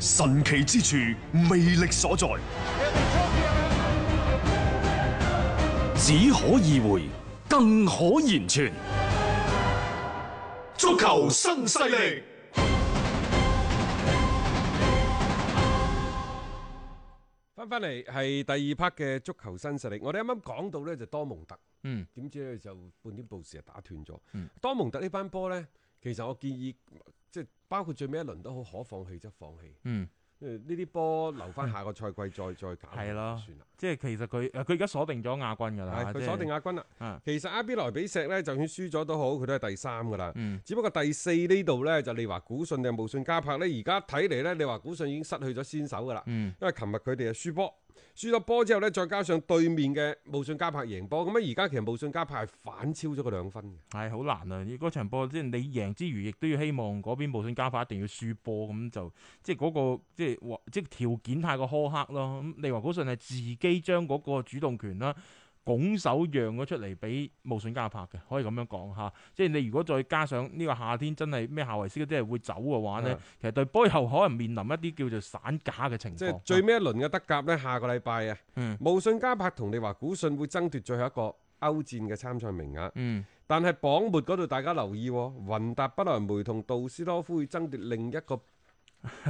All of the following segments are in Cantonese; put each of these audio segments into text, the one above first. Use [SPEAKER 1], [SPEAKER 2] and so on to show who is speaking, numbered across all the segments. [SPEAKER 1] 神奇之處，魅力所在，
[SPEAKER 2] 只可意會，更可言傳。
[SPEAKER 3] 足球新勢力，
[SPEAKER 4] 翻翻嚟係第二 part 嘅足球新勢力，我哋啱啱講到呢就多蒙特，
[SPEAKER 5] 嗯，
[SPEAKER 4] 點知呢就半點報時就打斷咗。多蒙特呢班波呢，其實我建議即係包括最尾一輪都好，可放棄則放棄。
[SPEAKER 5] 嗯，
[SPEAKER 4] 因為呢啲波留翻下個賽季再再搞，
[SPEAKER 5] 係咯
[SPEAKER 4] 啊算啦。
[SPEAKER 5] 即係其實佢啊誒佢而家鎖定咗亞軍㗎啦，
[SPEAKER 4] 係
[SPEAKER 5] 即
[SPEAKER 4] 佢
[SPEAKER 5] 係
[SPEAKER 4] 鎖定亞軍啦。
[SPEAKER 5] 啊，
[SPEAKER 4] 其實阿比萊比錫呢，就算輸咗都好，佢都係第三噶啦。
[SPEAKER 5] 嗯
[SPEAKER 4] 只不過第四呢度呢，就利華古信定係無信加柏呢，而家睇嚟呢，利華古信已經失去咗先手噶啦。
[SPEAKER 5] 嗯
[SPEAKER 4] 因為琴日佢哋係輸波，輸咗波之後呢，再加上對面嘅無信加柏贏波，咁啊而家其實無信加柏係反超咗佢兩分嘅。
[SPEAKER 5] 係好難啊！嗰場波即係你贏之餘，亦都要希望嗰邊無信加法一定要輸波，咁就即係嗰、個即係話即係條件太過苛刻咯。咁利華古信係自己將嗰個主動權啦。拱手讓咗出嚟俾無信加柏嘅，可以咁樣講嚇。即係你如果再加上呢個夏天真係咩夏維斯嗰啲係會走嘅話呢，
[SPEAKER 4] 嗯
[SPEAKER 5] 其實對波後可能面臨一啲叫做散架嘅情況。
[SPEAKER 4] 即係最尾一輪嘅德甲呢，下個禮拜啊，
[SPEAKER 5] 嗯
[SPEAKER 4] 無信加柏同利華古信會爭奪最後一個歐戰嘅參賽名額。
[SPEAKER 5] 嗯
[SPEAKER 4] 但係榜末嗰度大家留意喎、雲達不萊梅同杜斯多夫會爭奪另一 個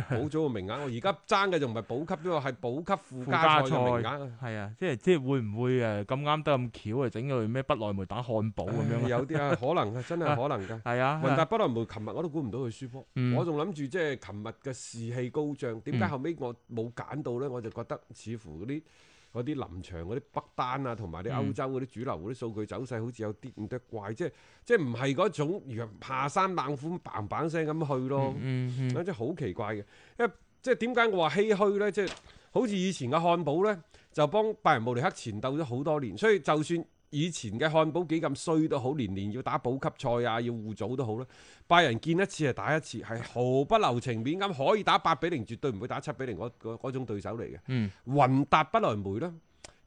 [SPEAKER 4] 保組嘅名額。我而家爭嘅就唔係保級呢個，係保級附
[SPEAKER 5] 附
[SPEAKER 4] 加
[SPEAKER 5] 加
[SPEAKER 4] 賽
[SPEAKER 5] 賽
[SPEAKER 4] 嘅名額啊。
[SPEAKER 5] 係啊，即係即係會唔會誒咁啱得咁巧啊？整到咩不內梅打漢堡咁樣
[SPEAKER 4] 唉
[SPEAKER 5] 啊？
[SPEAKER 4] 有啲啊，可能啊，真係可能㗎。
[SPEAKER 5] 係啊，
[SPEAKER 4] 雲達不萊梅琴日我都估唔到佢輸波，
[SPEAKER 5] 嗯
[SPEAKER 4] 我仲諗住即係琴日嘅士氣高漲，點解
[SPEAKER 5] 嗯
[SPEAKER 4] 後尾我冇揀到呢？我就覺得似乎嗰啲嗰啲臨場嗰啲北單啊，同埋
[SPEAKER 5] 嗯
[SPEAKER 4] 啲歐洲嗰啲主流嗰啲數據走勢，好似有啲唔得怪，即係即係唔係嗰種若下山冷虎咁砰砰聲咁去咯，
[SPEAKER 5] 嗯嗯
[SPEAKER 4] 即係好奇怪嘅。因為即係點解我話唏噓呢？即係好似以前嘅漢堡呢，就幫拜仁慕尼黑前鬥咗好多年，所以就算以前嘅漢堡幾咁衰都好，年年要打保級賽啊，要互組都好啦。拜仁見一次係打一次，係毫不留情面咁，可以打八比零，絕對唔會打七比零嗰嗰嗰種對手嚟嘅。
[SPEAKER 5] 嗯
[SPEAKER 4] 雲達不萊梅呢，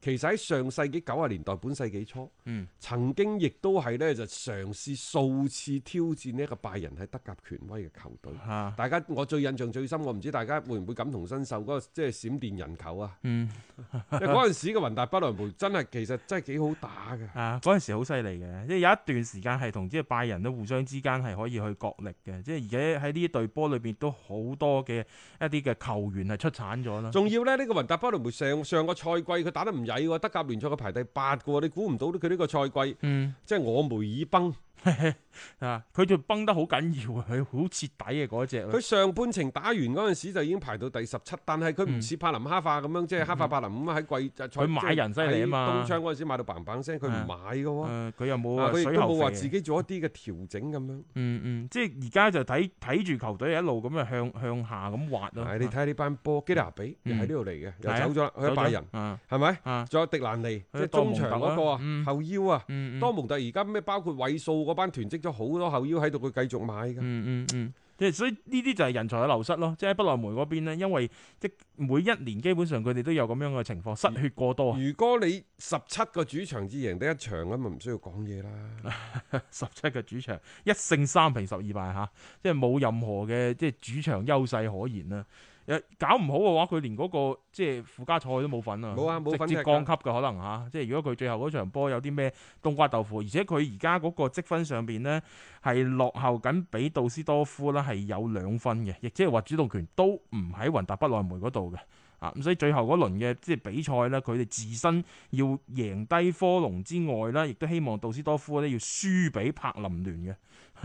[SPEAKER 4] 其實喺上世紀九十年代、本世紀初，
[SPEAKER 5] 嗯
[SPEAKER 4] 曾經亦都係呢，就嘗試數次挑戰呢一個拜仁喺德甲權威嘅球隊。
[SPEAKER 5] 嚇
[SPEAKER 4] 大家我最印象最深，我唔知大家會唔會感同身受嗰、個即係閃電人球啊！
[SPEAKER 5] 嗯
[SPEAKER 4] 因為嗰陣時嘅雲達不萊梅真係其實真係幾好打嘅。
[SPEAKER 5] 啊！嗰陣時好犀利嘅，即係有一段時間係同即係拜仁都互相之間係可以去角力嘅，即係而且喺呢一隊波裏邊都好多嘅一啲嘅球員係出產咗啦。
[SPEAKER 4] 仲要咧，呢、個雲達不萊梅上上個賽季佢打得唔曳喎，德甲聯賽佢排第八嘅喎，你估唔到佢呢個賽季
[SPEAKER 5] 嗯
[SPEAKER 4] 即係我梅爾崩，
[SPEAKER 5] 啊，佢就崩得好緊要啊，佢好徹底嘅嗰只。
[SPEAKER 4] 佢上半程打完嗰陣時就已經排到第十七，但係佢唔似帕林哈化咁樣，即係哈化帕林咁啊喺季就賽
[SPEAKER 5] 嗯佢買人犀利啊嘛
[SPEAKER 4] 喺冬窗嗰陣時買到砰砰聲，佢唔
[SPEAKER 5] 嗯
[SPEAKER 4] 買嘅喎，啊
[SPEAKER 5] 誒佢又冇話
[SPEAKER 4] 佢亦
[SPEAKER 5] 水
[SPEAKER 4] 都冇
[SPEAKER 5] 喉
[SPEAKER 4] 話
[SPEAKER 5] 肥
[SPEAKER 4] 自己做一啲嘅調整咁樣。
[SPEAKER 5] 嗯嗯，即係而家就睇睇住球隊一路咁啊向向下咁滑咯。啊
[SPEAKER 4] 係你睇下呢班波，基拿比又
[SPEAKER 5] 嗯
[SPEAKER 4] 喺呢度嚟嘅，
[SPEAKER 5] 係啊
[SPEAKER 4] 又走咗啦，去咗拜仁，
[SPEAKER 5] 啊
[SPEAKER 4] 係咪
[SPEAKER 5] 啊？
[SPEAKER 4] 仲有迪蘭尼，即
[SPEAKER 5] 去咗
[SPEAKER 4] 係中場嗰個
[SPEAKER 5] 多蒙特啦嗯
[SPEAKER 4] 啊，後腰啊，
[SPEAKER 5] 嗯嗯
[SPEAKER 4] 多蒙特而家咩包括位數嗰班囤積咗好多後腰喺度，佢繼續買㗎。
[SPEAKER 5] 嗯嗯嗯，即係所以呢啲就係人才嘅流失咯。即係喺不萊梅嗰邊咧，因為即係每一年基本上佢哋都有咁樣嘅情況，失血過多啊，
[SPEAKER 4] 如果你十七個主場至贏得一場咁，咪唔需要講嘢啦。
[SPEAKER 5] 十七個主場一勝三平十二敗嚇，即係冇任何嘅即係主場優勢可言啦。誒搞唔好嘅話，佢連嗰、個即係附加賽都冇份啊！
[SPEAKER 4] 冇啊冇份
[SPEAKER 5] 直接
[SPEAKER 4] 踢㗎
[SPEAKER 5] 降級嘅可能嚇、即係如果佢最後嗰場波有啲咩冬瓜豆腐，而且佢而家嗰個積分上邊呢，係落後緊比杜斯多夫啦，係有兩分嘅，亦即係話主動權都唔喺雲達不萊梅嗰度嘅。啊，咁所以最後嗰輪嘅即係比賽呢，佢哋自身要贏低科隆之外啦，亦都希望杜斯多夫呢要輸俾柏林聯嘅。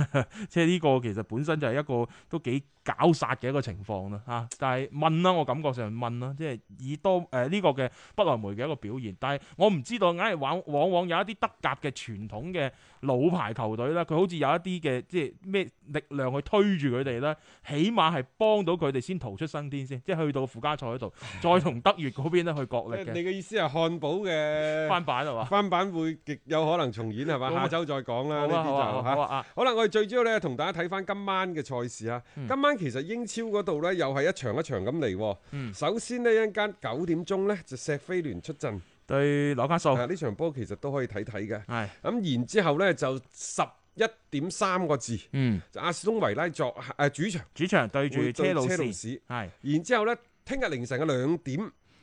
[SPEAKER 5] 即係呢個其實本身就係一個都幾搞殺嘅一個情況啦嚇、啊但係問啦，我感覺上問啦，即係以多誒呢、個嘅不萊梅嘅一個表現，但係我唔知道，硬係往往往有一啲德甲嘅傳統嘅老牌球隊啦，佢好似有一啲嘅即係咩力量去推住佢哋啦，起碼係幫到佢哋先逃出生天先，即係去到附加賽嗰度，再同德乙嗰邊咧去角力
[SPEAKER 4] 你
[SPEAKER 5] 嘅
[SPEAKER 4] 嘅意思係漢堡嘅
[SPEAKER 5] 翻版係嘛？
[SPEAKER 4] 翻版會極有可能重演係嘛？
[SPEAKER 5] 好啊
[SPEAKER 4] 下周再講啦，
[SPEAKER 5] 好
[SPEAKER 4] 呢
[SPEAKER 5] 啊
[SPEAKER 4] 啲
[SPEAKER 5] 好啊好
[SPEAKER 4] 就
[SPEAKER 5] 啊好
[SPEAKER 4] 嚇。
[SPEAKER 5] 啊！
[SPEAKER 4] 好啦，我哋最主要咧同大家睇翻今晚嘅賽事啊。
[SPEAKER 5] 嗯
[SPEAKER 4] 今晚其實英超嗰度呢，又係一場一場咁嚟喎。
[SPEAKER 5] 嗯
[SPEAKER 4] 首先呢，一陣間九點鐘呢，就石飛聯出陣，
[SPEAKER 5] 對紐卡素
[SPEAKER 4] 啊呢場波其實都可以睇睇嘅。
[SPEAKER 5] 係
[SPEAKER 4] 咁然之後呢，就十一點三個字，
[SPEAKER 5] 嗯
[SPEAKER 4] 就阿斯通維拉作誒、呃主場
[SPEAKER 5] 主場對住
[SPEAKER 4] 會對
[SPEAKER 5] 車路士
[SPEAKER 4] 士。
[SPEAKER 5] 係
[SPEAKER 4] 然之後呢，聽日凌晨嘅兩點，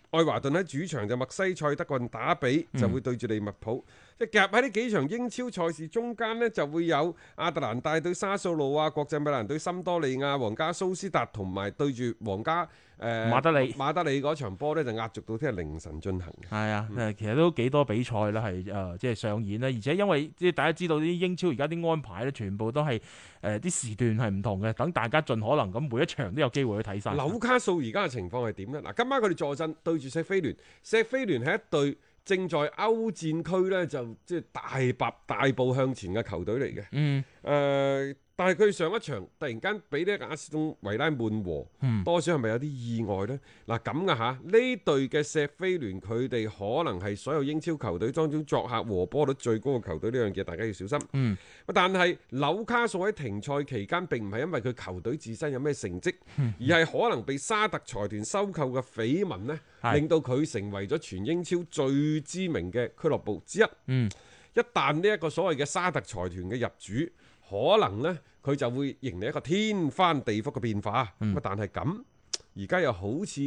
[SPEAKER 4] 愛華頓喺主場就墨西塞德郡打比，就會對住利物浦。即係夾喺呢幾場英超賽事中間呢，就會有亞特蘭大對沙素路啊，國際米蘭對森多利亞，皇家蘇斯達同埋對住皇家誒、呃
[SPEAKER 5] 馬德里
[SPEAKER 4] 馬德里嗰場波呢，就壓軸到聽日凌晨進行嘅。
[SPEAKER 5] 係啊，誒、
[SPEAKER 4] 嗯
[SPEAKER 5] 其實都幾多比賽啦，係誒、即係上演啦，而且因為即係大家知道啲英超而家啲安排咧，全部都係誒啲時段係唔同嘅，等大家盡可能咁每一場都有機會去睇晒。
[SPEAKER 4] 紐卡素而家嘅情況係點呢？嗱，今晚佢哋坐陣對住石飛聯，石飛聯係一隊正在歐戰區呢，就即係大踏大步向前嘅球隊嚟嘅。
[SPEAKER 5] 嗯
[SPEAKER 4] 誒、但係佢上一場突然間俾呢個阿斯頓維拉悶和，
[SPEAKER 5] 嗯
[SPEAKER 4] 多少係咪有啲意外呢？嗱咁嘅嚇，呢隊嘅石飛聯佢哋可能係所有英超球隊當中作客和波率最高嘅球隊呢樣嘢，大家要小心。
[SPEAKER 5] 嗯，
[SPEAKER 4] 但係紐卡素喺停賽期間並唔係因為佢球隊自身有咩成績，
[SPEAKER 5] 嗯
[SPEAKER 4] 而係可能被沙特財團收購嘅緋聞呢，
[SPEAKER 5] 係
[SPEAKER 4] 令到佢成為咗全英超最知名嘅俱樂部之一。
[SPEAKER 5] 嗯，
[SPEAKER 4] 一旦呢一個所謂嘅沙特財團嘅入主，可能呢，佢就會迎嚟一個天翻地覆嘅變化。咁、啊
[SPEAKER 5] 嗯
[SPEAKER 4] 但係咁，而家又好似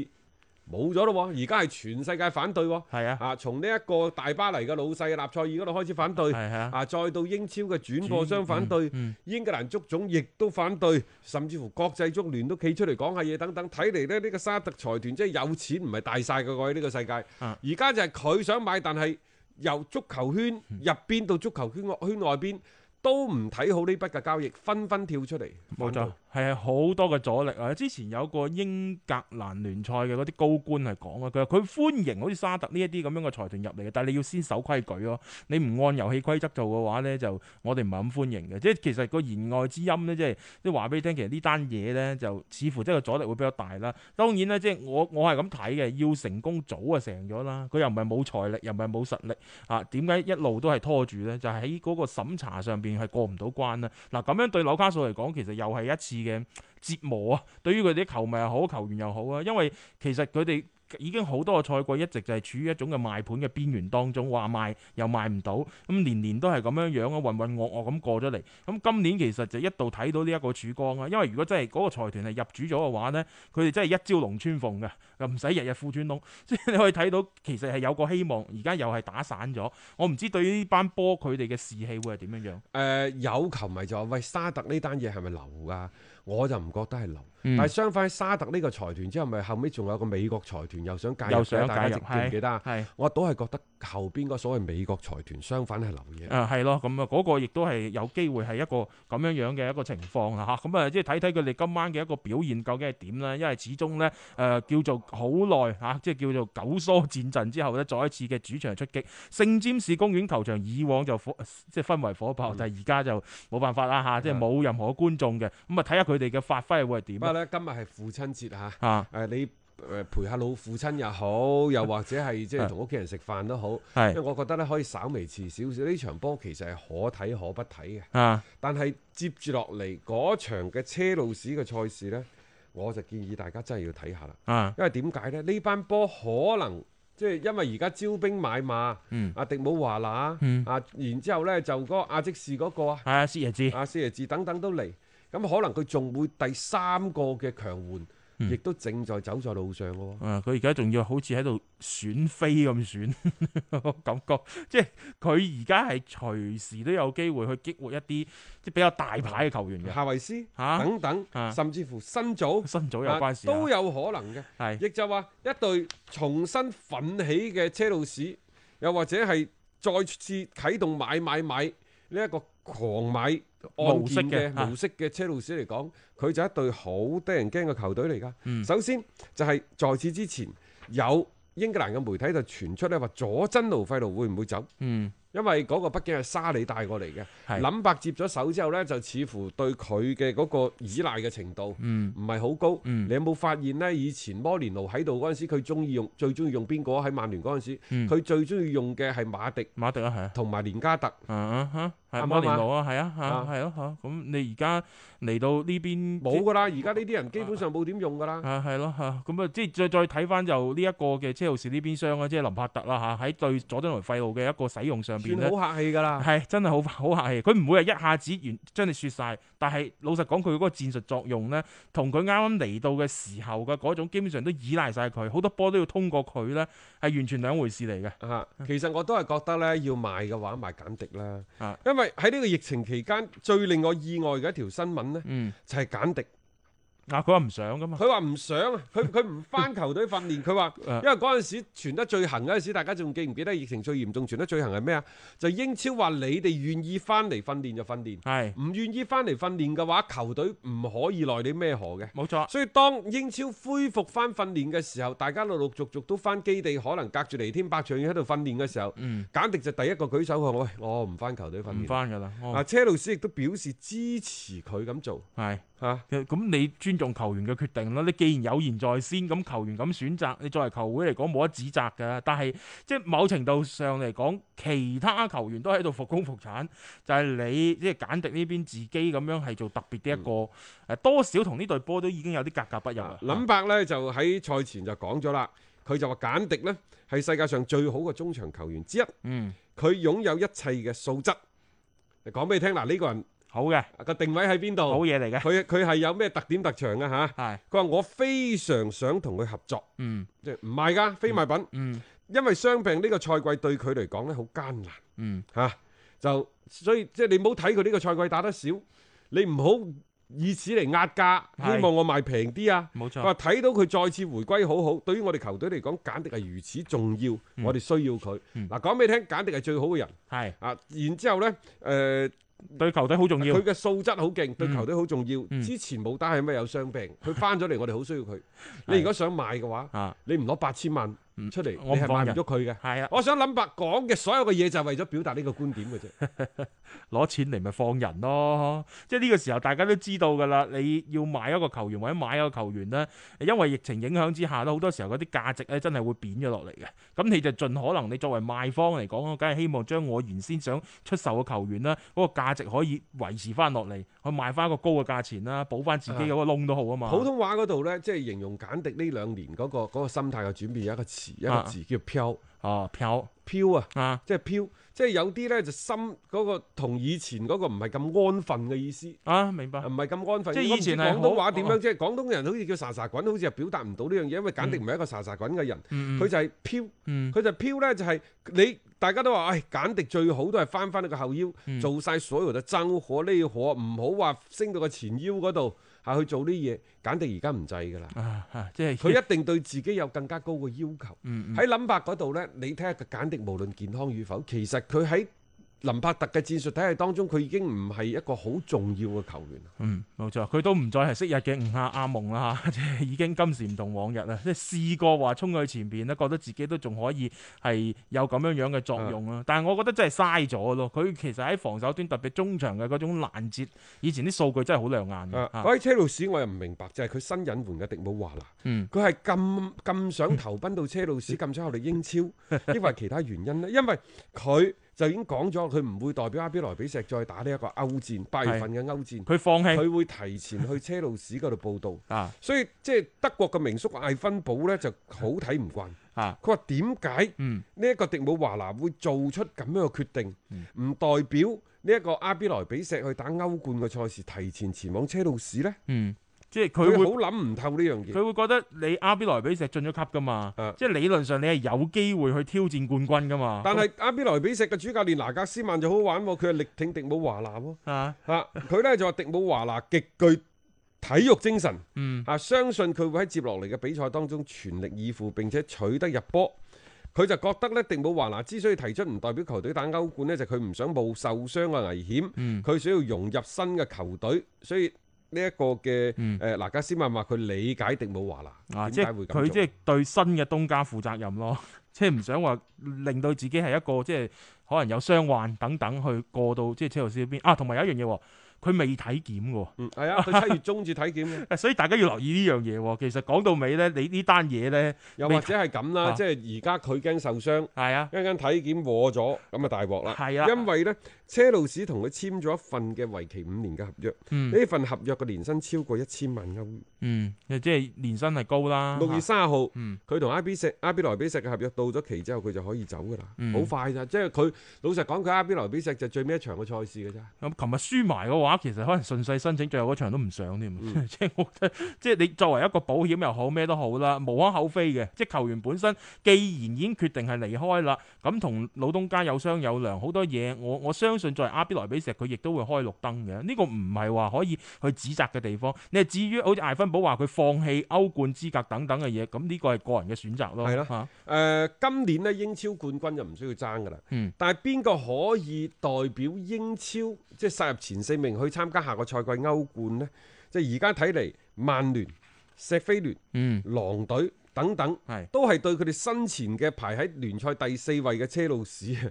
[SPEAKER 4] 冇咗咯喎，而家係全世界反對喎。
[SPEAKER 5] 係啊，
[SPEAKER 4] 啊，從呢一個大巴黎嘅老細納賽爾嗰度開始反對，
[SPEAKER 5] 係啊
[SPEAKER 4] 啊，再到英超嘅轉播商反對，
[SPEAKER 5] 嗯
[SPEAKER 4] 英格蘭足總亦都反對，甚至乎國際足聯都企出嚟講下嘢等等。睇嚟咧，呢個沙特財團即係有錢唔係大晒嘅喎，喺呢個世界。
[SPEAKER 5] 啊
[SPEAKER 4] 而家就係佢想買，但係由足球圈入邊到足球圈外圈外邊都唔睇好呢筆嘅交易，紛紛跳出嚟。反
[SPEAKER 5] 冇錯
[SPEAKER 4] 對，
[SPEAKER 5] 係好多嘅阻力啊！之前有個英格蘭聯賽嘅嗰啲高官係講啊，佢話佢歡迎好似沙特呢一啲咁樣嘅財團入嚟嘅，但係你要先守規矩咯。你唔按遊戲規則做嘅話咧，就我哋唔係咁歡迎嘅。即係其實個言外之音咧，即係即係話俾你聽，其實呢單嘢咧就似乎即係個阻力會比較大啦。當然啦，即係我我係咁睇嘅，要成功早啊成咗啦。佢又唔係冇財力，又唔係冇實力啊，點解一路都係拖住咧？就係喺嗰個審查上邊係過唔到關啦。嗱、咁樣對紐卡素嚟講，其實又係一次嘅折磨啊！對於佢哋啲球迷又好，球員又好啊，因為其實佢哋。已經好多個賽季一直就係處於一種嘅賣盤嘅邊緣當中，話賣又賣唔到，咁年年都係咁樣樣啊，渾渾噩噩咁過咗嚟。咁今年其實就一度睇到呢一個曙光啊，因為如果真係嗰個財團係入主咗嘅話呢，佢哋真係一朝龍穿鳳嘅，又唔使日日褲穿窿， 即係你可以睇到其實係有個希望，而家又係打散咗。我唔知對於呢班波佢哋嘅士氣會係點樣樣。
[SPEAKER 4] 誒、有球迷就話：喂，沙特呢單嘢係咪流㗎？我就唔覺得係流。
[SPEAKER 5] 嗯
[SPEAKER 4] 但係相反，沙特呢個財團之後，咪後尾仲有個美國財團又想介入嘅，
[SPEAKER 5] 又想
[SPEAKER 4] 大
[SPEAKER 5] 介
[SPEAKER 4] 家
[SPEAKER 5] 入，
[SPEAKER 4] 記記唔記得啊？
[SPEAKER 5] 係
[SPEAKER 4] 我都係覺得後邊嗰所謂美國財團相反係流嘢。
[SPEAKER 5] 誒係咯，咁啊嗰個亦都係有機會係一個咁樣樣嘅一個情況啦嚇，咁啊即係睇睇佢哋今晚嘅一個表現究竟係點啦，因為始終咧誒、叫做呃好耐嚇，即係叫做九疏戰陣之後咧，再一次嘅主場出擊，聖詹士公園球場以往就火 即係氛圍火爆，但係而家就冇辦法啦嚇，即係冇任何觀眾嘅，咁啊睇下佢哋嘅發揮會
[SPEAKER 4] 不
[SPEAKER 5] 係點
[SPEAKER 4] 過
[SPEAKER 5] 啊
[SPEAKER 4] 咧，今日係父親節嚇，誒、
[SPEAKER 5] 啊，
[SPEAKER 4] 你誒陪下老父親又好，又或者 係即係
[SPEAKER 5] 係
[SPEAKER 4] 同屋企人食飯都好。因為
[SPEAKER 5] 係
[SPEAKER 4] 我覺得咧可以稍微遲少少，呢場波其實係可睇可不睇嘅。
[SPEAKER 5] 啊，
[SPEAKER 4] 但係接住落嚟嗰場嘅車路士嘅賽事呢，我就建議大家真係要睇下啦。
[SPEAKER 5] 啊，
[SPEAKER 4] 因為點解呢？呢班波可能即係因為而家招兵買馬，
[SPEAKER 5] 嗯
[SPEAKER 4] 阿迪姆華拿
[SPEAKER 5] 嗯
[SPEAKER 4] 啊，然之後呢，就嗰個阿積士嗰個啊，
[SPEAKER 5] 係啊，薛爺志，
[SPEAKER 4] 阿斯耶治等等都嚟，咁可能佢仲會第三個嘅強援，
[SPEAKER 5] 嗯
[SPEAKER 4] 亦都正在走在路上嘅喎。
[SPEAKER 5] 啊！佢而家仲要好似喺度選飛咁選， 感覺即係佢而家係隨時都有機會去激活一啲即係比較大牌嘅球員嘅
[SPEAKER 4] 夏維斯
[SPEAKER 5] 嗯嚇
[SPEAKER 4] 等等，
[SPEAKER 5] 啊
[SPEAKER 4] 甚至乎新組
[SPEAKER 5] 新組有關事
[SPEAKER 4] 都
[SPEAKER 5] 啊，
[SPEAKER 4] 有可能嘅。
[SPEAKER 5] 係
[SPEAKER 4] 亦就話一隊重新奮起嘅車路士，又或者係再次啟動買買買呢一個狂買按
[SPEAKER 5] 模式
[SPEAKER 4] 鍵嘅
[SPEAKER 5] 嘅啊
[SPEAKER 4] 模式嘅車路士嚟講，佢就一隊好得人驚嘅球隊嚟㗎。
[SPEAKER 5] 嗯
[SPEAKER 4] 首先就係在此之前有英格蘭嘅媒體就傳出咧話佐真奴費奴會唔會走？
[SPEAKER 5] 嗯
[SPEAKER 4] 因為嗰個畢竟係沙里帶過嚟嘅，
[SPEAKER 5] 係
[SPEAKER 4] 林伯接咗手之後呢，就似乎對佢嘅嗰個依賴嘅程度
[SPEAKER 5] 嗯
[SPEAKER 4] 唔係好高。
[SPEAKER 5] 嗯
[SPEAKER 4] 你有冇發現呢？以前摩連奴喺度嗰陣時，佢中意用最中意用邊個喺曼聯嗰陣時，
[SPEAKER 5] 嗯
[SPEAKER 4] 佢最中意用嘅係馬迪
[SPEAKER 5] 馬迪啊，係啊。
[SPEAKER 4] 同埋連加特。
[SPEAKER 5] 啊哈，
[SPEAKER 4] 啱唔啱
[SPEAKER 5] 係
[SPEAKER 4] 啊
[SPEAKER 5] 摩連奴啊，係啊，嚇
[SPEAKER 4] 啊
[SPEAKER 5] 係咯嚇，咁你而家嚟到呢邊
[SPEAKER 4] 冇噶啦，而家呢啲人基本上冇點用噶啦。
[SPEAKER 5] 嗯啊，係咯嚇，咁啊，即係再再睇翻就呢一個嘅車路士呢邊商啊，即係林柏特啦嚇，喺對佐敦奴費路嘅一個使用上邊咧
[SPEAKER 4] 算。好客氣㗎啦。
[SPEAKER 5] 係真係好好客氣，佢唔會係一下子完將你説晒，但係老實講，佢嗰個戰術作用呢，同佢啱啱嚟到嘅時候嘅嗰種，基本上都依賴晒佢，好多波都要通過佢呢，係完全兩回事嚟嘅。
[SPEAKER 4] 啊，其實我都係覺得呢，要賣嘅話賣簡迪啦
[SPEAKER 5] 啊，
[SPEAKER 4] 因為喺呢個疫情期間最令我意外嘅一條新聞呢，
[SPEAKER 5] 嗯，
[SPEAKER 4] 就係簡迪。
[SPEAKER 5] 啊，佢話唔想噶嘛，
[SPEAKER 4] 佢話唔想啊，佢佢唔翻球隊訓練，佢話
[SPEAKER 5] 啊
[SPEAKER 4] 因為嗰陣時傳得最行嗰陣時，大家仲記唔記得疫情最嚴重傳得最行係咩啊？就英超話你哋願意翻嚟訓練就訓練，
[SPEAKER 5] 係
[SPEAKER 4] 唔願意翻嚟訓練嘅話，球隊唔可以奈你咩何嘅。
[SPEAKER 5] 冇錯，
[SPEAKER 4] 所以當英超恢復翻訓練嘅時候，大家陸陸續續都翻基地，可能隔住離天百丈遠喺度訓練嘅時候，
[SPEAKER 5] 嗯，
[SPEAKER 4] 簡迪就第一個舉手話：喂，我唔翻球隊訓
[SPEAKER 5] 唔
[SPEAKER 4] 練。
[SPEAKER 5] 翻噶啦，
[SPEAKER 4] 啊，
[SPEAKER 5] 哦
[SPEAKER 4] 車路士亦都表示支持佢咁做
[SPEAKER 5] 係。
[SPEAKER 4] 嚇。啊
[SPEAKER 5] 其實咁你尊重球員嘅決定啦，你既然有言在先，咁球員咁選擇，你作為球會嚟講冇得指責㗎。但係即係某程度上嚟講，其他球員都喺度復工復產，就係、你即係簡迪呢邊自己咁樣係做特別的一個，誒、多少同呢隊波都已經有啲格格不入啊啦。
[SPEAKER 4] 林伯呢就喺賽前就講咗啦，佢就話簡迪呢係世界上最好嘅中場球員之一，
[SPEAKER 5] 嗯
[SPEAKER 4] 佢擁有一切嘅素質。講俾你聽嗱，呢個人
[SPEAKER 5] 好嘅，
[SPEAKER 4] 個定位喺邊
[SPEAKER 5] 好
[SPEAKER 4] 度？
[SPEAKER 5] 嘢嚟嘅，
[SPEAKER 4] 佢佢係有咩特點特長嘅吓？
[SPEAKER 5] 係
[SPEAKER 4] 佢話我非常想同佢合作，
[SPEAKER 5] 嗯
[SPEAKER 4] 即係唔係㗎，非賣品，
[SPEAKER 5] 嗯
[SPEAKER 4] 因為傷病呢個賽季對佢嚟講呢好艱難
[SPEAKER 5] 嗯
[SPEAKER 4] 吓、就所以即係你唔好睇佢呢個賽季打得少，你唔好以此嚟壓價，
[SPEAKER 5] 係
[SPEAKER 4] 希望我賣平啲啊！
[SPEAKER 5] 冇錯
[SPEAKER 4] 佢話睇到佢再次回歸好好，對於我哋球隊嚟講，簡直係如此重要，我哋需要佢。
[SPEAKER 5] 嗯
[SPEAKER 4] 嗱，講俾你聽，簡直係最好嘅人
[SPEAKER 5] 係
[SPEAKER 4] 啊！然之後呢，誒
[SPEAKER 5] 對球隊好重要
[SPEAKER 4] 佢，嘅素質好勁，對球隊好重要。
[SPEAKER 5] 嗯
[SPEAKER 4] 之前冇打係因為有傷病，佢翻咗嚟，我哋好需要 佢。你如果想買嘅話，
[SPEAKER 5] 啊
[SPEAKER 4] 你唔攞八千萬
[SPEAKER 5] 嗯
[SPEAKER 4] 出嚟，
[SPEAKER 5] 我唔
[SPEAKER 4] 你係
[SPEAKER 5] 放
[SPEAKER 4] 買
[SPEAKER 5] 人
[SPEAKER 4] 唔喐佢嘅。
[SPEAKER 5] 係啊，
[SPEAKER 4] 我想諗白講嘅所有嘅嘢就係為咗表達呢個觀點 嘅啫。
[SPEAKER 5] 啊攞錢嚟咪放人咯，即係呢個時候大家都知道㗎啦。你要買一個球員或者買一個球員呢，因為疫情影響之下咧，好多時候嗰啲價值咧真係會貶咗落嚟嘅。咁你就盡可能你作為賣方嚟講，我梗係希望將我原先想出售嘅球員啦，嗰、個價值可以維持翻落嚟，去賣翻一個高嘅價錢啦，補翻自己嗰個窿都好啊嘛。
[SPEAKER 4] 普通話嗰度呢，即係形容簡迪呢兩年嗰、個嗰、個心態嘅轉變，有一個詞一個
[SPEAKER 5] 啊
[SPEAKER 4] 字叫飄
[SPEAKER 5] 啊票
[SPEAKER 4] 飄啊，
[SPEAKER 5] 啊，
[SPEAKER 4] 即係飄，即係有啲呢，就心嗰、個同以前嗰個唔係咁安分嘅意思，唔
[SPEAKER 5] 啊明白，
[SPEAKER 4] 係咁安分。
[SPEAKER 5] 即係以前係
[SPEAKER 4] 我唔知廣東
[SPEAKER 5] 好
[SPEAKER 4] 話點
[SPEAKER 5] 哦
[SPEAKER 4] 樣？即係廣東人好似叫沙沙滾，好似係表達唔到呢樣嘢，因為簡迪唔係一個沙沙滾嘅人，佢、
[SPEAKER 5] 嗯
[SPEAKER 4] 就係飄，
[SPEAKER 5] 嗯
[SPEAKER 4] 佢就飄呢，就係、你大家都話，唉、簡迪最好都係翻翻呢個後腰，
[SPEAKER 5] 嗯
[SPEAKER 4] 做晒所有嘅爭火呢火，唔好話升到個前腰嗰度啊嚇去做呢嘢。簡迪而家唔制㗎啦。
[SPEAKER 5] 啊啊即係
[SPEAKER 4] 佢一定對自己有更加高嘅要求。
[SPEAKER 5] 嗯嗯
[SPEAKER 4] 喺林伯嗰度呢，你睇下佢簡迪無論健康與否，其實佢喺林伯特嘅戰術體系當中，佢已經唔係一個好重要嘅球員啦。
[SPEAKER 5] 嗯，冇錯，佢都唔再係昔日嘅吳下阿蒙啦 嚇，即係已經今時唔同往日啦。即係試過話衝去前邊咧，覺得自己都仲可以係有咁樣樣嘅作用
[SPEAKER 4] 啊
[SPEAKER 5] 啦。但係我覺得真係嘥咗咯。佢其實喺防守端，特別中場嘅嗰種攔截，以前啲數據真係好亮眼嘅。
[SPEAKER 4] 啊
[SPEAKER 5] 啊
[SPEAKER 4] 我喺車路士我又唔明白，就係佢新引援嘅迪姆華拿，
[SPEAKER 5] 嗯
[SPEAKER 4] 佢係咁咁想投奔到車路士，咁想效力英 超，抑或係其他原因呢？因為佢就已經講咗，佢唔會代表阿比萊比錫再打呢一個歐戰，八月份嘅歐戰，
[SPEAKER 5] 佢放棄
[SPEAKER 4] 佢會提前去車路士嗰度報道。
[SPEAKER 5] 啊
[SPEAKER 4] 所以即係德國嘅名宿艾芬堡呢，就好睇唔慣，
[SPEAKER 5] 啊，
[SPEAKER 4] 佢話點解
[SPEAKER 5] 嗯
[SPEAKER 4] 呢一個迪姆華拿會做出咁樣嘅決定，
[SPEAKER 5] 嗯
[SPEAKER 4] 唔代表呢一個阿比萊比錫去打歐冠嘅賽事提前前往車路士呢？
[SPEAKER 5] 嗯，即係
[SPEAKER 4] 佢
[SPEAKER 5] 佢會
[SPEAKER 4] 好諗唔透呢樣嘢。
[SPEAKER 5] 佢會覺得你阿比萊比錫進咗級噶嘛
[SPEAKER 4] 啊，
[SPEAKER 5] 即係理論上你係有機會去挑戰冠軍噶嘛。
[SPEAKER 4] 但係阿比萊比錫嘅主教練拿格斯曼就好玩喎，佢係力挺迪姆華拿喎，
[SPEAKER 5] 啊
[SPEAKER 4] 嚇佢呢就話迪姆華拿極具體育精神。
[SPEAKER 5] 嗯
[SPEAKER 4] 啊，相信佢會喺接落嚟嘅比賽當中全力以赴，並且取得入波。佢就覺得呢，迪姆華拿之所以提出唔代表球隊打歐冠呢，就佢唔想冒受傷嘅危險，
[SPEAKER 5] 嗯
[SPEAKER 4] 佢想要融入新嘅球隊，所以呢一個嘅
[SPEAKER 5] 嗯
[SPEAKER 4] 誒嗱，格斯曼話佢理解迪姆華拿
[SPEAKER 5] 啊，
[SPEAKER 4] 點
[SPEAKER 5] 即
[SPEAKER 4] 解
[SPEAKER 5] 係
[SPEAKER 4] 會
[SPEAKER 5] 佢
[SPEAKER 4] 咁
[SPEAKER 5] 即
[SPEAKER 4] 做
[SPEAKER 5] 係對新嘅東家負責任咯。 即係唔想話令到自己係一個即係可能有傷患等等去過到即係車路士嗰邊啊。同埋有一樣嘢喎，佢未體檢嘅
[SPEAKER 4] 嗯，係啊，佢七月中至體檢嘅，
[SPEAKER 5] 喎，所以大家要留意呢樣嘢喎。其實講到尾咧，你呢單嘢咧
[SPEAKER 4] 又
[SPEAKER 5] 未
[SPEAKER 4] 或者係咁啦，
[SPEAKER 5] 啊
[SPEAKER 4] 即係而家佢驚受傷，
[SPEAKER 5] 係啊，
[SPEAKER 4] 一間體檢禍咗，咁啊大鑊啦。
[SPEAKER 5] 係啊
[SPEAKER 4] 因為呢，車路士同佢簽咗一份嘅為期五年嘅合約，
[SPEAKER 5] 嗯
[SPEAKER 4] 呢份合約嘅年薪超過一千萬歐元。
[SPEAKER 5] 嗯，即係年薪係高啦。
[SPEAKER 4] 六月
[SPEAKER 5] 嚇
[SPEAKER 4] 三號。
[SPEAKER 5] 啊嗯
[SPEAKER 4] 佢同 I B 石 I B 萊比錫嘅合約到咗期之後，佢就可以走㗎啦，好、
[SPEAKER 5] 嗯
[SPEAKER 4] 快咋！即係佢老實講，佢 I B 萊比錫就最尾一場嘅賽事㗎咋。
[SPEAKER 5] 咁琴日輸埋嘅話，其實可能順勢申請最後嗰場都唔上添， 即係我覺得，即係你作為一個保險又好咩都好啦，無可厚非嘅。即係球員本身既然已經決定係離開啦，咁同老東家有商有量，好多嘢我我相信作為阿比萊比錫，佢亦都會開綠燈嘅。呢、個唔係話可以去指責嘅地方。你係至於好似艾芬堡話佢放棄歐冠資格等等嘅嘢，咁呢個係個人嘅選擇咯。
[SPEAKER 4] 係啦
[SPEAKER 5] 嚇
[SPEAKER 4] 誒、今年咧英超冠軍就唔需要爭㗎啦。
[SPEAKER 5] 嗯
[SPEAKER 4] 但係邊個可以代表英超即係殺入前四名去參加下個賽季歐冠呢？即係而家睇嚟，曼聯、石飛聯、
[SPEAKER 5] 嗯，
[SPEAKER 4] 狼隊等等，
[SPEAKER 5] 係
[SPEAKER 4] 都係對佢哋身前嘅排喺聯賽第四位嘅車路士，啊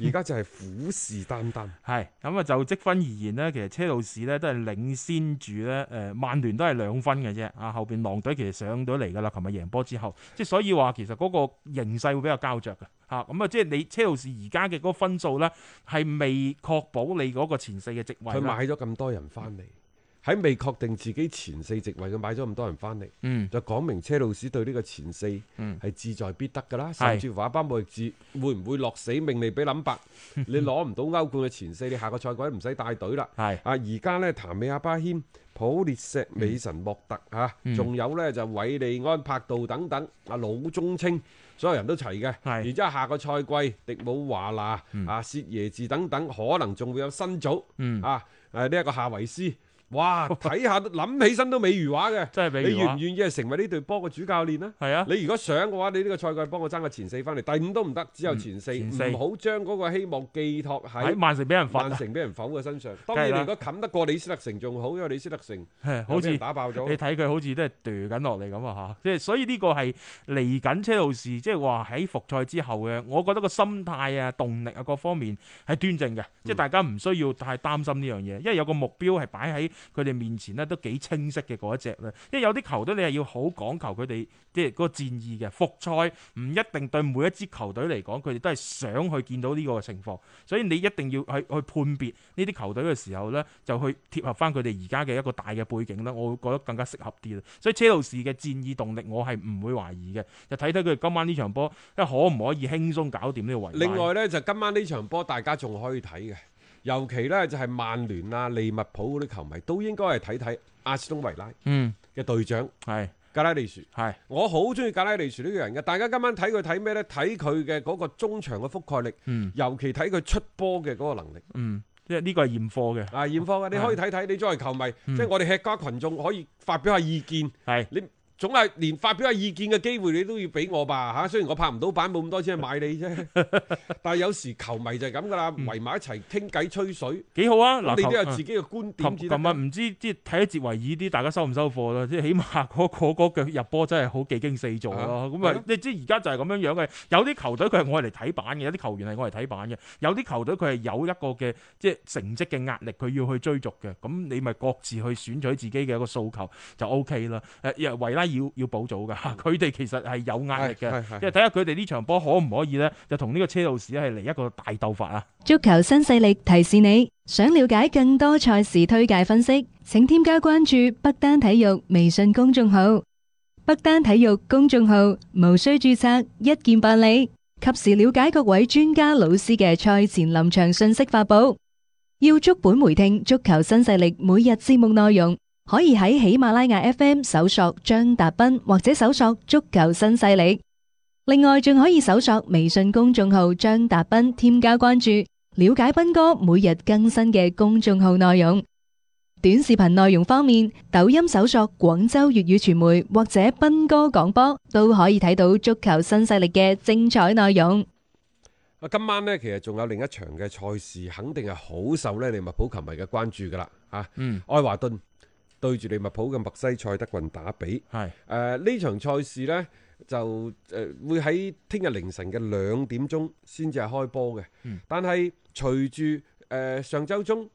[SPEAKER 4] 而家就係虎視眈眈。
[SPEAKER 5] 係咁啊，就積分而言呢，其實車路士呢都係領先住呢，誒、呃曼聯都係兩分嘅啫，啊後邊狼隊其實上咗嚟㗎啦，琴日贏波之後，即係所以話其實嗰個形勢會比較膠着嘅嚇，啊咁啊即係你車路士而家嘅嗰個分數呢，係未確保你嗰個前四嘅席位
[SPEAKER 4] 佢
[SPEAKER 5] 啦，
[SPEAKER 4] 買咗咁多人翻嚟，喺未確定自己前四席位，佢買咗咁多人翻嚟，
[SPEAKER 5] 嗯
[SPEAKER 4] 就講明車路士對呢個前四
[SPEAKER 5] 嗯
[SPEAKER 4] 係志在必得㗎啦。甚至乎話班莫易治會唔會落死命嚟俾 諗白？你攞唔到歐冠嘅前四，你下個賽季唔使帶隊啦。
[SPEAKER 5] 係
[SPEAKER 4] 啊，而家呢，譚美阿巴謙、普列石、美神莫特嚇，
[SPEAKER 5] 嗯
[SPEAKER 4] 仲、有呢，就韋利安、柏道等等，啊老中青，所有人都齊嘅。
[SPEAKER 5] 係
[SPEAKER 4] 然之後下個賽季，迪姆華拿、啊薛耶治等等，可能仲會有新組。
[SPEAKER 5] 嗯，
[SPEAKER 4] 啊！誒呢一個夏維斯， 哇！睇下都諗起身都美如畫嘅。
[SPEAKER 5] 真係比
[SPEAKER 4] 你
[SPEAKER 5] 如
[SPEAKER 4] 願
[SPEAKER 5] 話
[SPEAKER 4] 唔願意係成為呢隊波嘅主教練呢？
[SPEAKER 5] 係啊，
[SPEAKER 4] 你如果想嘅話，你呢個賽季幫我爭個前四翻嚟，第五都唔得，只有前四，
[SPEAKER 5] 嗯前四
[SPEAKER 4] 唔好將嗰個希望寄託
[SPEAKER 5] 喺
[SPEAKER 4] 喺
[SPEAKER 5] 曼城俾人罰
[SPEAKER 4] 曼
[SPEAKER 5] 啊，
[SPEAKER 4] 城俾人否嘅身上。當
[SPEAKER 5] 梗係
[SPEAKER 4] 然，
[SPEAKER 5] 啦
[SPEAKER 4] 你如果冚得過李斯特城仲好，因為李斯特城
[SPEAKER 5] 係
[SPEAKER 4] 又
[SPEAKER 5] 好
[SPEAKER 4] 俾
[SPEAKER 5] 似
[SPEAKER 4] 人。打爆
[SPEAKER 5] 你
[SPEAKER 4] 咗。
[SPEAKER 5] 睇佢好似都係掉緊落嚟咁啊嚇，即係所以呢個係嚟緊車路士，即係話喺復賽之後嘅，我覺得個心態啊、動力啊各方面係端正嘅，
[SPEAKER 4] 嗯
[SPEAKER 5] 即係大家唔需要太擔心呢樣嘢，因為有個目標係擺喺佢哋面前咧，都幾清晰嘅嗰一隻咧。因為有啲球隊你係要好講求佢哋即係嗰個戰意嘅，復賽唔一定對每一支球隊嚟講，佢哋都係想去見到呢個情況，所以你一定要去去判別呢啲球隊嘅時候呢，就去貼合翻佢哋而家嘅一個大嘅背景啦，我會覺得更加適合啲啦。所以車路士嘅戰意動力，我係唔會懷疑嘅，就睇睇佢哋今晚呢場波，即係可唔可以輕鬆搞掂呢個圍。
[SPEAKER 4] 另，外呢，就今晚呢場波，大家仲可以睇嘅。尤其呢，就係曼聯啊、利物浦嗰啲球迷都應該係睇睇阿斯通維拉
[SPEAKER 5] 嗯，
[SPEAKER 4] 嘅隊長
[SPEAKER 5] 係
[SPEAKER 4] 格拉利殊。
[SPEAKER 5] 係，
[SPEAKER 4] 我好中意格拉利殊呢個人嘅，大家今晚睇佢睇咩呢？睇佢嘅嗰個中場嘅覆蓋力，
[SPEAKER 5] 嗯
[SPEAKER 4] 尤其睇佢出波嘅嗰個能力。
[SPEAKER 5] 嗯，即係呢個係驗貨嘅，
[SPEAKER 4] 啊，艷芳啊，你可以睇睇，你作為球迷，
[SPEAKER 5] 嗯
[SPEAKER 4] 即係我哋吃瓜群眾可以發表下意見，
[SPEAKER 5] 係
[SPEAKER 4] 總係連發表下意見嘅機會你都要俾我吧嚇、雖然我拍唔到版，冇咁多錢去買你啫， 但係有時球迷就係咁噶啦，圍埋一齊傾偈吹水，
[SPEAKER 5] 幾好啊！
[SPEAKER 4] 咁
[SPEAKER 5] 嗯嗱，
[SPEAKER 4] 你都
[SPEAKER 5] 球
[SPEAKER 4] 有
[SPEAKER 5] 嗯
[SPEAKER 4] 自己嘅觀點
[SPEAKER 5] 琴
[SPEAKER 4] 至
[SPEAKER 5] 琴
[SPEAKER 4] 得
[SPEAKER 5] 日
[SPEAKER 4] 㗎。
[SPEAKER 5] 唔知即係睇一節維爾啲，大家收唔收貨啦？即係起碼嗰嗰嗰腳入波真係好技驚四座
[SPEAKER 4] 啊
[SPEAKER 5] 咯。咁
[SPEAKER 4] 係咯
[SPEAKER 5] 啊，你知而家就係咁樣樣嘅。有啲球隊佢係我嚟睇板嘅，有啲球員係我嚟睇板嘅，有啲球隊佢係有一個嘅即係成績嘅壓力，佢要去追逐嘅。咁你咪各自去選取自己嘅一個訴求就 O K 啦。誒，因為維拉要要補組㗎，佢哋其實係有壓力嘅
[SPEAKER 4] 嗯係係係，
[SPEAKER 5] 即係睇下佢哋呢場波可唔可以咧，就同呢個車路士係嚟一個大鬥法啊！
[SPEAKER 6] 足球新勢力提示你，想了解更多賽事推介分析，請添加關注北單體育微信公眾號。北單體育公眾號無需注冊，一鍵辦理，及時了解各位專家老師嘅賽前臨場信息發布。要足本回聽足球新勢力每日節目內容，可以喺喜馬拉雅 FM 搜索張達斌或者搜索足球新勢力。另外，仲可以搜索微信公眾號張達斌，添加關注。了解斌哥每日更新嘅公眾號內容。短視頻內容方面，抖音搜索廣州粵語傳媒或者斌哥廣播，都可以睇到足球新勢力嘅精彩內容。
[SPEAKER 4] 啊，今晚呢，其實仲有另一場嘅賽事，肯定係好受呢利物浦球迷嘅關注㗎啦嚇。
[SPEAKER 5] 嗯，
[SPEAKER 4] 愛華頓對住利物浦嘅墨西塞德郡打比。
[SPEAKER 5] 係
[SPEAKER 4] 呃誒呢、場賽事呢，誒、就誒、呃、會喺聽日凌晨嘅兩點鐘先至係開波嘅。
[SPEAKER 5] 嗯
[SPEAKER 4] 但係隨住誒、呃上週中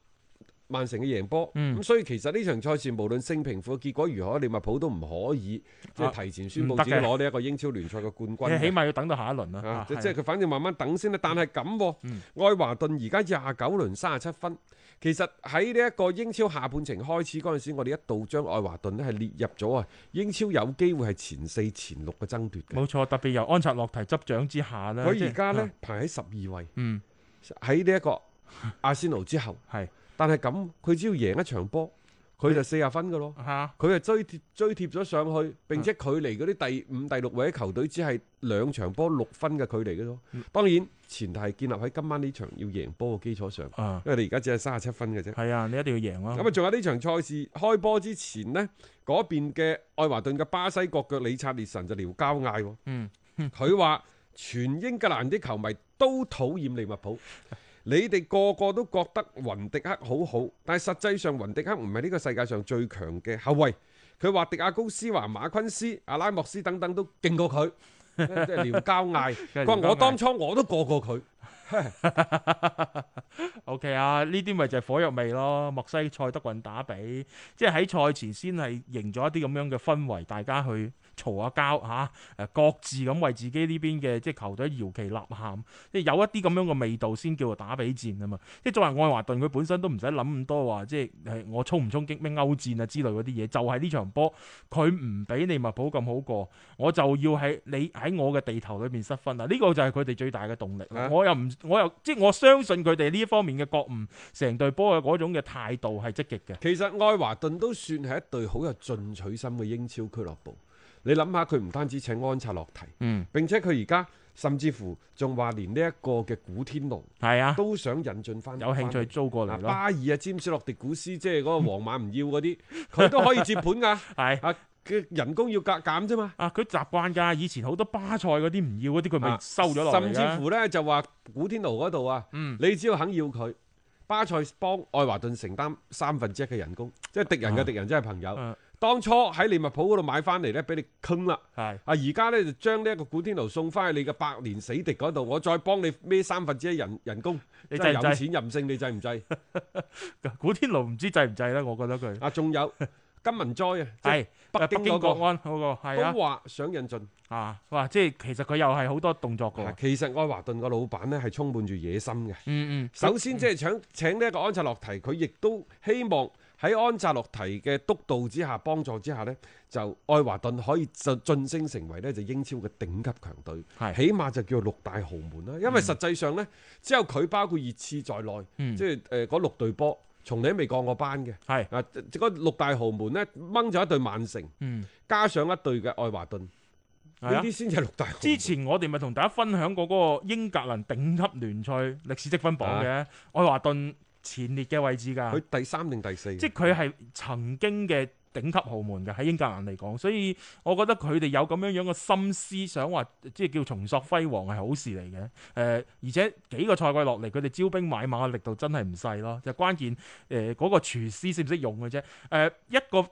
[SPEAKER 4] 曼城嘅贏波，咁、
[SPEAKER 5] 嗯
[SPEAKER 4] 所以其實呢場賽事無論勝平負嘅結果如何，利物浦都唔可以即
[SPEAKER 5] 啊
[SPEAKER 4] 係提前宣
[SPEAKER 5] 唔
[SPEAKER 4] 佈
[SPEAKER 5] 得
[SPEAKER 4] 自
[SPEAKER 5] 嘅
[SPEAKER 4] 己攞呢一個英超聯賽嘅冠軍
[SPEAKER 5] 你
[SPEAKER 4] 嘅。
[SPEAKER 5] 起碼要等到下一輪啦
[SPEAKER 4] 啊！，即
[SPEAKER 5] 係
[SPEAKER 4] 即係佢反正慢慢等先啦。但係咁喎，
[SPEAKER 5] 嗯
[SPEAKER 4] 愛華頓而家廿九輪三十七分，其實喺呢一個英超下半程開始嗰陣時，我哋一度將愛華頓咧係列入咗啊英超有機會係前四、前六嘅爭奪嘅。
[SPEAKER 5] 冇錯，特別由安察洛提執掌之下咧，即
[SPEAKER 4] 佢
[SPEAKER 5] 係
[SPEAKER 4] 而家呢
[SPEAKER 5] 啊，
[SPEAKER 4] 排喺十二位，
[SPEAKER 5] 嗯，
[SPEAKER 4] 喺呢一個阿仙奴之後。
[SPEAKER 5] 係
[SPEAKER 4] 但係咁，佢只要贏一場波，佢就四十分嘅咯。
[SPEAKER 5] 啊嚇，
[SPEAKER 4] 佢係追貼追貼咗上去，並且距離嗰啲第五、第六位嘅球隊只係兩場波六分嘅距離嘅咯。當然前提係建立喺今晚呢場要贏波嘅基礎上，
[SPEAKER 5] 啊，
[SPEAKER 4] 因為你而家只係三十七分嘅啫。
[SPEAKER 5] 係啊，你一定要贏咯。
[SPEAKER 4] 咁啊，仲有呢場賽事開波之前呢，嗰邊嘅愛華頓嘅巴西國腳理察列神就撩交嗌喎。
[SPEAKER 5] 嗯，
[SPEAKER 4] 佢話全英格蘭啲球迷都討厭利物浦。你哋個個都覺得雲迪克好好，但係實際上雲迪克唔係呢個世界上最強嘅後衞。佢話迪亞高斯華、馬昆斯、阿拉莫斯等等都勁過佢，即係撩交嗌。
[SPEAKER 5] 梗
[SPEAKER 4] 佢話
[SPEAKER 5] 係撩交嗌
[SPEAKER 4] 我當初我都過過佢。
[SPEAKER 5] O K 啊，呢啲咪就係火藥味咯，墨西塞德郡打比，即係喺賽前先係營咗一啲咁樣嘅氛圍，大家去嘈下交嚇，誒、各自咁為自己呢邊嘅即係球隊搖旗呐喊，即係有一啲咁樣嘅味道先叫做打比戰啊嘛。即係作為愛華頓，佢本身都唔使諗咁多話，即係誒我衝唔衝擊咩歐戰啊之類嗰啲嘢，就係、呢場波佢唔俾利物浦咁好過，我就要喺你喺我嘅地頭裏面失分啦。呢、個就係佢哋最大嘅動力啦。
[SPEAKER 4] 啊
[SPEAKER 5] 我又唔我又即係我相信佢哋呢一方面嘅覺悟，成隊波嘅嗰種嘅態度係積極嘅。
[SPEAKER 4] 其實愛華頓都算係一隊好有進取心嘅英超俱樂部。你諗下，佢唔單止請安察洛提，
[SPEAKER 5] 嗯，
[SPEAKER 4] 並且佢而家甚至乎仲話連呢一個嘅古天 奴
[SPEAKER 5] 係啊，
[SPEAKER 4] 都想引進翻，
[SPEAKER 5] 有興趣租過嚟
[SPEAKER 4] 嗱，
[SPEAKER 5] 咯。
[SPEAKER 4] 巴爾啊、詹士、洛迪古斯，即係嗰個皇馬唔要嗰啲，佢都可以接盤 㗎。
[SPEAKER 5] 係
[SPEAKER 4] 啊，嘅人工要減減啫嘛。
[SPEAKER 5] 啊，佢習慣㗎，以前好多巴塞嗰啲唔要嗰啲，佢咪
[SPEAKER 4] 啊
[SPEAKER 5] 收咗落嚟
[SPEAKER 4] 甚
[SPEAKER 5] 嗯㗎
[SPEAKER 4] 至乎呢，就話古天奴嗰度啊，你只要肯要佢，巴塞幫愛華頓承擔三分之一嘅人工，即係敵人嘅敵人真係朋友
[SPEAKER 5] 啊。
[SPEAKER 4] 當初喺利物浦嗰度買翻嚟呢，俾你坑啦。
[SPEAKER 5] 係
[SPEAKER 4] 啊！而家呢，就將呢一個古天奴送翻去你嘅百年死敵嗰度，我再幫你孭三分之一人人工，
[SPEAKER 5] 你
[SPEAKER 4] 真係
[SPEAKER 5] 制唔
[SPEAKER 4] 有
[SPEAKER 5] 制
[SPEAKER 4] 錢任性，你制唔制？
[SPEAKER 5] 古天奴唔知制唔制咧，我覺得佢
[SPEAKER 4] 啊，仲有金文災啊，即
[SPEAKER 5] 係
[SPEAKER 4] 北京嗰個
[SPEAKER 5] 國安嗰個係啊
[SPEAKER 4] 都話想引進，
[SPEAKER 5] 啊，哇！即係其實佢又係好多動作
[SPEAKER 4] 啊
[SPEAKER 5] 㗎。
[SPEAKER 4] 其實愛華頓個老闆呢係充滿住野心嘅。
[SPEAKER 5] 嗯嗯，
[SPEAKER 4] 首先即係請請呢一個安扎洛提，佢亦都希望喺安扎洛提嘅督導之下、幫助之下呢，就愛華頓可以就晉升成為呢就英超嘅頂級強隊，
[SPEAKER 5] 係
[SPEAKER 4] 起碼就叫六大豪門啦。因為實際上呢，只有佢包括熱刺在內，
[SPEAKER 5] 嗯
[SPEAKER 4] 即係誒嗰六隊波，從嚟都未降過班嘅。
[SPEAKER 5] 係
[SPEAKER 4] 啊，嗰六大豪門呢，掹咗一隊曼城，
[SPEAKER 5] 嗯
[SPEAKER 4] 加上一隊嘅愛華頓。
[SPEAKER 5] 係
[SPEAKER 4] 呢
[SPEAKER 5] 啊
[SPEAKER 4] 啲。先至係六大豪門
[SPEAKER 5] 之前我哋咪同大家分享過嗰個英格蘭頂級聯賽歷史積分榜嘅，愛華頓前列嘅位置㗎。
[SPEAKER 4] 佢第三定第四，
[SPEAKER 5] 啊即係佢係曾經嘅頂級豪門嘅喺英格蘭嚟講，所以我覺得佢哋有咁樣樣嘅心思，想話即係叫重塑輝煌係好事嚟嘅。誒、而且幾個賽季落嚟，佢哋招兵買馬嘅力度真係唔細咯。就關鍵誒嗰、個廚師識唔識用嘅啫。誒、呃一個。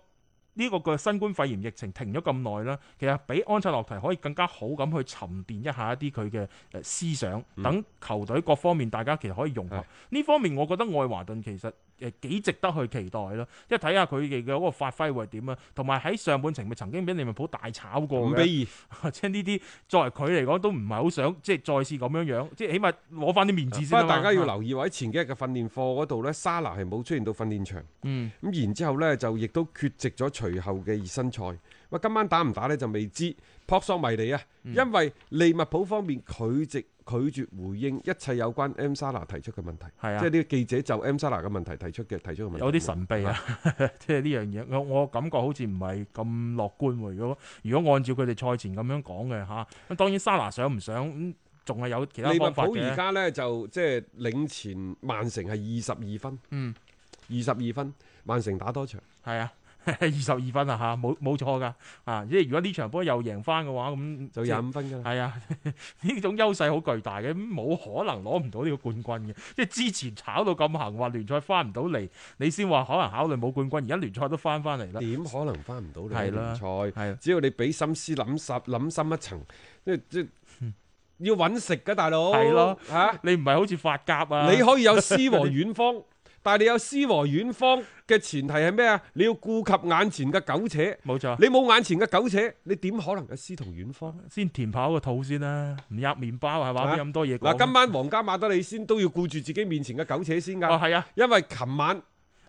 [SPEAKER 5] 呢個嘅新冠肺炎疫情停咗咁耐啦，其實俾安切洛提可以更加好咁去沉澱一下一啲佢嘅誒思想，
[SPEAKER 4] 嗯
[SPEAKER 5] 等球隊各方面大家其實可以融合。
[SPEAKER 4] 係
[SPEAKER 5] 呢方面我覺得愛華頓其實誒幾值得去期待咯，即係睇下佢哋嘅嗰個發揮會係點啊，同埋喺上半程咪曾經俾利物浦大炒過
[SPEAKER 4] 五
[SPEAKER 5] 嘅，
[SPEAKER 4] 比二。
[SPEAKER 5] 即係呢啲作為佢嚟講都唔係好想即係再次咁樣樣，即係起碼攞翻啲面子
[SPEAKER 4] 不
[SPEAKER 5] 先啊
[SPEAKER 4] 過
[SPEAKER 5] 嘛
[SPEAKER 4] 大家要，留意，或者前幾日嘅訓練課嗰度呢，沙拿係冇出現到訓練場，
[SPEAKER 5] 嗯
[SPEAKER 4] 咁然之後呢，就亦都缺席咗隨後嘅熱身賽。咁今晚打唔打呢？就未知，撲朔迷離啊！
[SPEAKER 5] 嗯
[SPEAKER 4] 因為利物浦方面拒絕拒絕回應一切有關 M 沙拿提出嘅問題，
[SPEAKER 5] 係啊
[SPEAKER 4] 即係呢個記者就 M 沙拿嘅問題提出嘅提出嘅問題，
[SPEAKER 5] 有啲神秘啊， 即係呢樣嘢，我我感覺好似唔係咁樂觀喎。如果如果按照佢哋賽前咁樣講嘅嚇，咁當然沙拿想唔想咁仲係有其他
[SPEAKER 4] 利物
[SPEAKER 5] 方法
[SPEAKER 4] 浦而
[SPEAKER 5] 嘅，
[SPEAKER 4] 家呢，就即係領前曼城係二十二分，
[SPEAKER 5] 嗯，
[SPEAKER 4] 二十二分，曼城打多場。
[SPEAKER 5] 係啊， 二十二分啊嚇，冇冇錯噶啊！即係如果呢場波又贏翻嘅話，咁
[SPEAKER 4] 就
[SPEAKER 5] 即係
[SPEAKER 4] 廿五分㗎啦。
[SPEAKER 5] 係啊， 呢種優勢好巨大嘅，冇可能攞唔到呢個冠軍嘅。即係之前炒到咁行，話聯賽翻唔到嚟，你先話可能考慮冇冠軍。而家聯賽都翻翻嚟啦，
[SPEAKER 4] 點可能翻唔到你
[SPEAKER 5] 係啦
[SPEAKER 4] 聯賽？
[SPEAKER 5] 係啊
[SPEAKER 4] 只要你俾心思諗實諗深一層，即即要揾食㗎，大佬
[SPEAKER 5] 嗯係咯
[SPEAKER 4] 嚇，
[SPEAKER 5] 你唔係好似法甲啊，
[SPEAKER 4] 你可以有詩和遠方。 但係你有詩和遠方嘅前提係咩啊？你要顧及眼前嘅苟且，
[SPEAKER 5] 冇錯，
[SPEAKER 4] 你冇眼前嘅苟且，你點可能有詩同遠方？
[SPEAKER 5] 先填飽個肚先啦，唔入麵包係嘛？
[SPEAKER 4] 啊
[SPEAKER 5] 邊有咁多嘢講
[SPEAKER 4] 嗱，今晚皇家馬德里先都要顧住自己面前嘅苟且先㗎。
[SPEAKER 5] 哦係啊，
[SPEAKER 4] 因為琴晚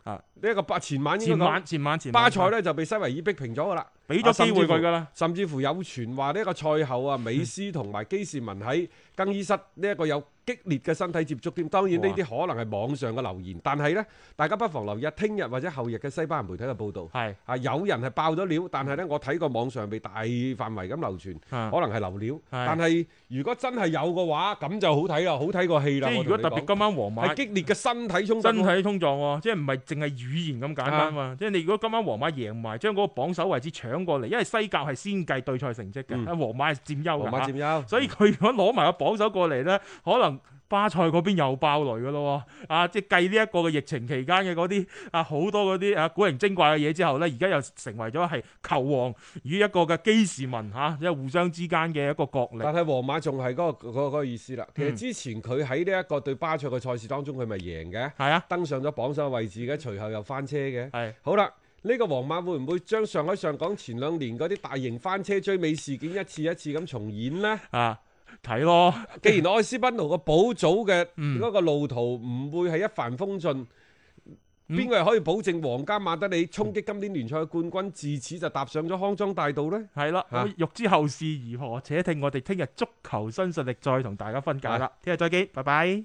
[SPEAKER 5] 啊
[SPEAKER 4] 呢一個八前晚應
[SPEAKER 5] 前
[SPEAKER 4] 該講
[SPEAKER 5] 晚前晚前晚
[SPEAKER 4] 巴塞咧就被西維爾逼平咗噶啦，
[SPEAKER 5] 俾咗機會佢㗎啦，
[SPEAKER 4] 甚至乎有傳話呢一個賽後啊，美斯同埋基士文喺更衣室呢一個有激烈嘅身體接觸添。當然呢啲可能係網上嘅留言，但係呢，大家不妨留意下聽日或者後日嘅西班牙媒體嘅報導。
[SPEAKER 5] 係
[SPEAKER 4] 啊！有人係爆咗料，但係呢，我睇過網上被大範圍咁流傳，
[SPEAKER 5] 啊
[SPEAKER 4] 可能係流料。
[SPEAKER 5] 係
[SPEAKER 4] 但係如果真係有嘅話，咁就好睇啦，好睇過戲
[SPEAKER 5] 即
[SPEAKER 4] 啦。
[SPEAKER 5] 係
[SPEAKER 4] 我
[SPEAKER 5] 如果
[SPEAKER 4] 同你
[SPEAKER 5] 特別今晚皇
[SPEAKER 4] 講
[SPEAKER 5] 馬
[SPEAKER 4] 係。激烈嘅身體衝突喎，
[SPEAKER 5] 身體衝撞喎，即係唔係淨係語言咁簡
[SPEAKER 4] 啊
[SPEAKER 5] 單嘛？即係你如果今晚皇馬贏埋，將嗰個榜首位置搶過嚟，因為西甲係先計對賽成績嘅，
[SPEAKER 4] 嗯
[SPEAKER 5] 啊皇馬係佔優
[SPEAKER 4] 皇
[SPEAKER 5] 嘅
[SPEAKER 4] 馬
[SPEAKER 5] 嚇，
[SPEAKER 4] 佔優。
[SPEAKER 5] 所以佢如果攞埋個榜首過嚟咧，可能。巴塞嗰邊又爆雷嘅咯喎，啊！即係計呢一個嘅疫情期間嘅嗰啲啊好多嗰啲啊古靈精怪嘅嘢之後咧，而家又成為咗係球王與一個嘅基士文嚇，啊即係互相之間嘅一個角力。嗯
[SPEAKER 4] 但係皇馬仲係嗰個嗰個嗰個意思啦。其實之前佢喺呢一個對巴塞嘅賽事當中，佢咪贏嘅，
[SPEAKER 5] 係啊，
[SPEAKER 4] 登上咗榜首嘅位置嘅，隨後又翻車嘅。
[SPEAKER 5] 係啊
[SPEAKER 4] 好啦，呢、個皇馬會唔會將上海上港前兩年嗰啲大型翻車追尾事件一次一次咁重演 呢？
[SPEAKER 5] 啊，睇咯，
[SPEAKER 4] 既然愛斯賓奴個補組嘅
[SPEAKER 5] 嗯
[SPEAKER 4] 嗰個路途唔會係一帆風順，
[SPEAKER 5] 嗯
[SPEAKER 4] 邊個係可以保證皇家馬德里衝擊今年聯賽嘅冠軍，自此就踏上咗康莊大道呢？
[SPEAKER 5] 係啦，
[SPEAKER 4] 嚇
[SPEAKER 5] 咁欲知後事如何，且聽我哋聽日足球新勢力再同大家分解啦。聽日再見，拜拜。